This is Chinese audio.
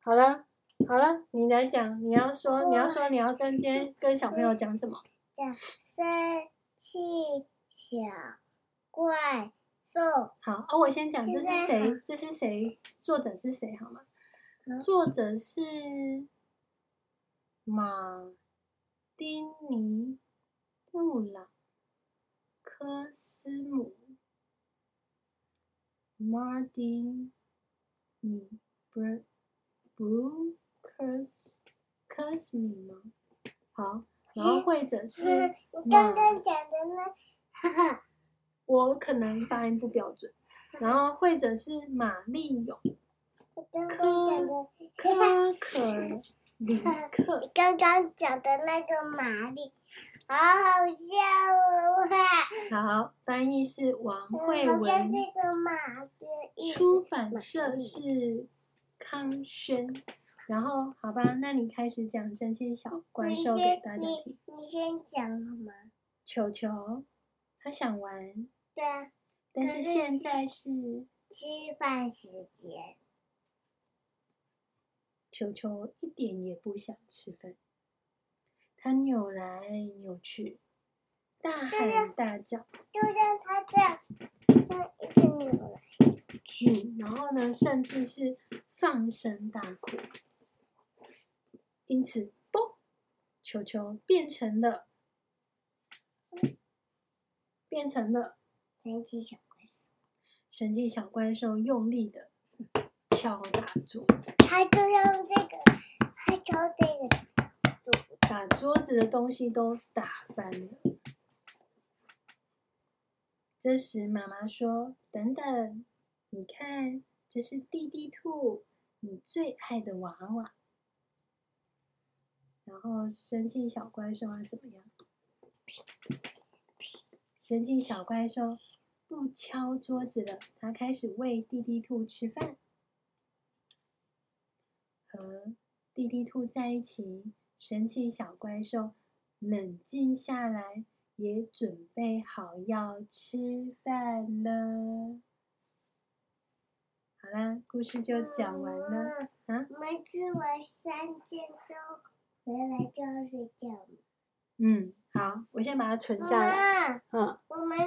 好了，好了，你来讲，你要说，你要说，你要跟今天跟小朋友讲什么？叫生气小怪兽，好，哦，我先讲这是现在谁好，这是谁，作者是谁，好吗？嗯作者是马丁尼布朗科斯姆 （Martin Ni Br Bru Kers Kersmi） 吗？好，然后绘 者是你刚刚讲的呢？哈哈，我可能发音不标准，然后绘者是玛丽勇。我刚刚讲的，科可里克 你刚刚讲的那个玛丽，好好笑哦！哈，好，翻译是嗯王慧我跟文，这个马的一出版社是康轩。然后，好吧，那你开始讲生气小怪你兽给先大家听嗯你。你先讲好吗？球球，他想玩，对啊，但可是是现是在是吃饭时间，球球一点也不想吃饭，他扭来扭去，大这喊样大叫。就像他这样，这样一直扭来。去，然后呢，甚至是放声大哭。因此，嘣，球球变成了，变成了神奇小怪兽，神奇小怪兽用力的敲打桌子，他就用这个，他敲这个，把桌子的东西都打翻了。这时，妈妈说：“等等，你看，这是弟弟兔，你最爱的娃娃。”然后，生气小怪兽啊，怎么样？生气小怪兽不敲桌子了，它开始喂弟弟兔吃饭。和弟弟兔在一起，神奇小怪兽冷静下来，也准备好要吃饭了。好啦，故事就讲完了。嗯啊我们去玩三件之后回来就要睡觉了。嗯，好，我先把它存下来。妈妈，嗯，我们